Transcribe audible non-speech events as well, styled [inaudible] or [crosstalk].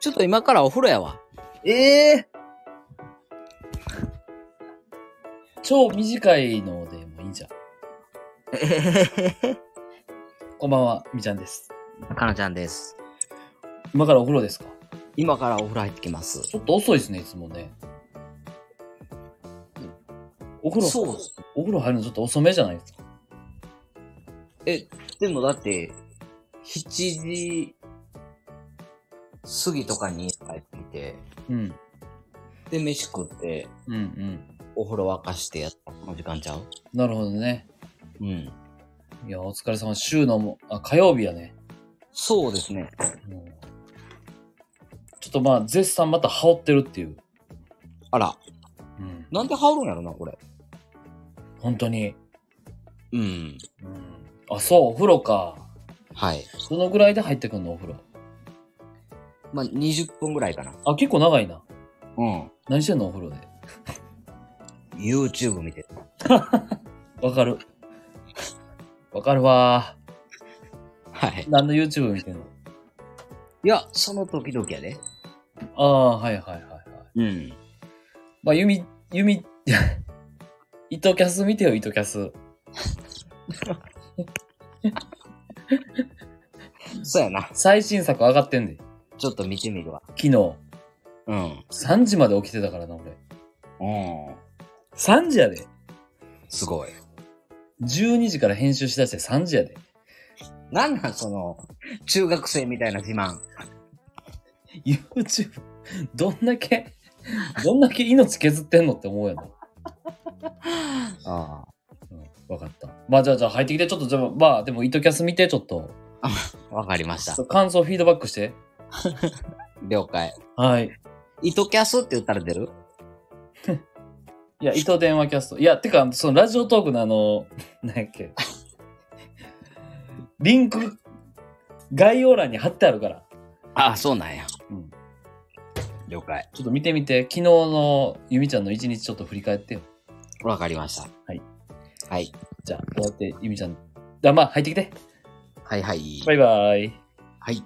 ちょっと今からお風呂やわ。ええ超短いのでもいいじゃ [laughs] ん。こんばんは、みちゃんです。かなちゃんです。今からお風呂ですか今からお風呂入ってきます。ちょっと遅いですね、いつもね。お風呂、そうっすお風呂入るのちょっと遅めじゃないですか。でもだって、7時過ぎとかに帰ってきて、うん。で、飯食って、うんうん。お風呂沸かしてやったこの時間ちゃうなるほどね。うん。いや、お疲れ様。週のも、あ、火曜日やね。そうですね。もうちょっとまあ、絶賛また羽織ってるっていう。あら、うん。なんで羽織るんやろな、これ。本当に。うん。うん。あ、そう、お風呂か。はい。そのぐらいで入ってくんの、お風呂。まあ、20分ぐらいかな。あ、結構長いな。うん。何してんの、お風呂で。 YouTube 見てる。わかる。わかるわはいー。。何の YouTube 見てんのいや、その時々やで。ああ、はいはいはいはい。うん。まあ、ゆみ、ゆ [laughs] み、イトキャス見てよ、イトキャス。そうやな。最新作上がってんで。ちょっと見てみるわ。昨日、うん。 3時まで起きてたからな、俺。うん。 3時やで。すごい。 12時から編集しだして3時やで。なんなん、その、中学生みたいな自慢。 YouTube、どんだけ、どんだけ命削ってんのって思うやな。あうん、わかった。まあじゃあじゃあ入ってきて、ちょっとじゃあ、まあでも、イトキャス見て、ちょっと。あ。わかりましちょったと。感想フィードバックして。了解。はい。糸キャスって言ったら出るいや、糸電話キャスト。いや、てか、そのラジオトークのあの、なんやっけ。リンク、概要欄に貼ってあるから。ああ、そうなんや。うん了解。ちょっと見てみて、昨日のゆみちゃんの一日ちょっと振り返ってよ。わかりました。はい。はい。じゃあ、こうやってゆみちゃん、だまあ、入ってきて。はいはい。バイバイ。はい。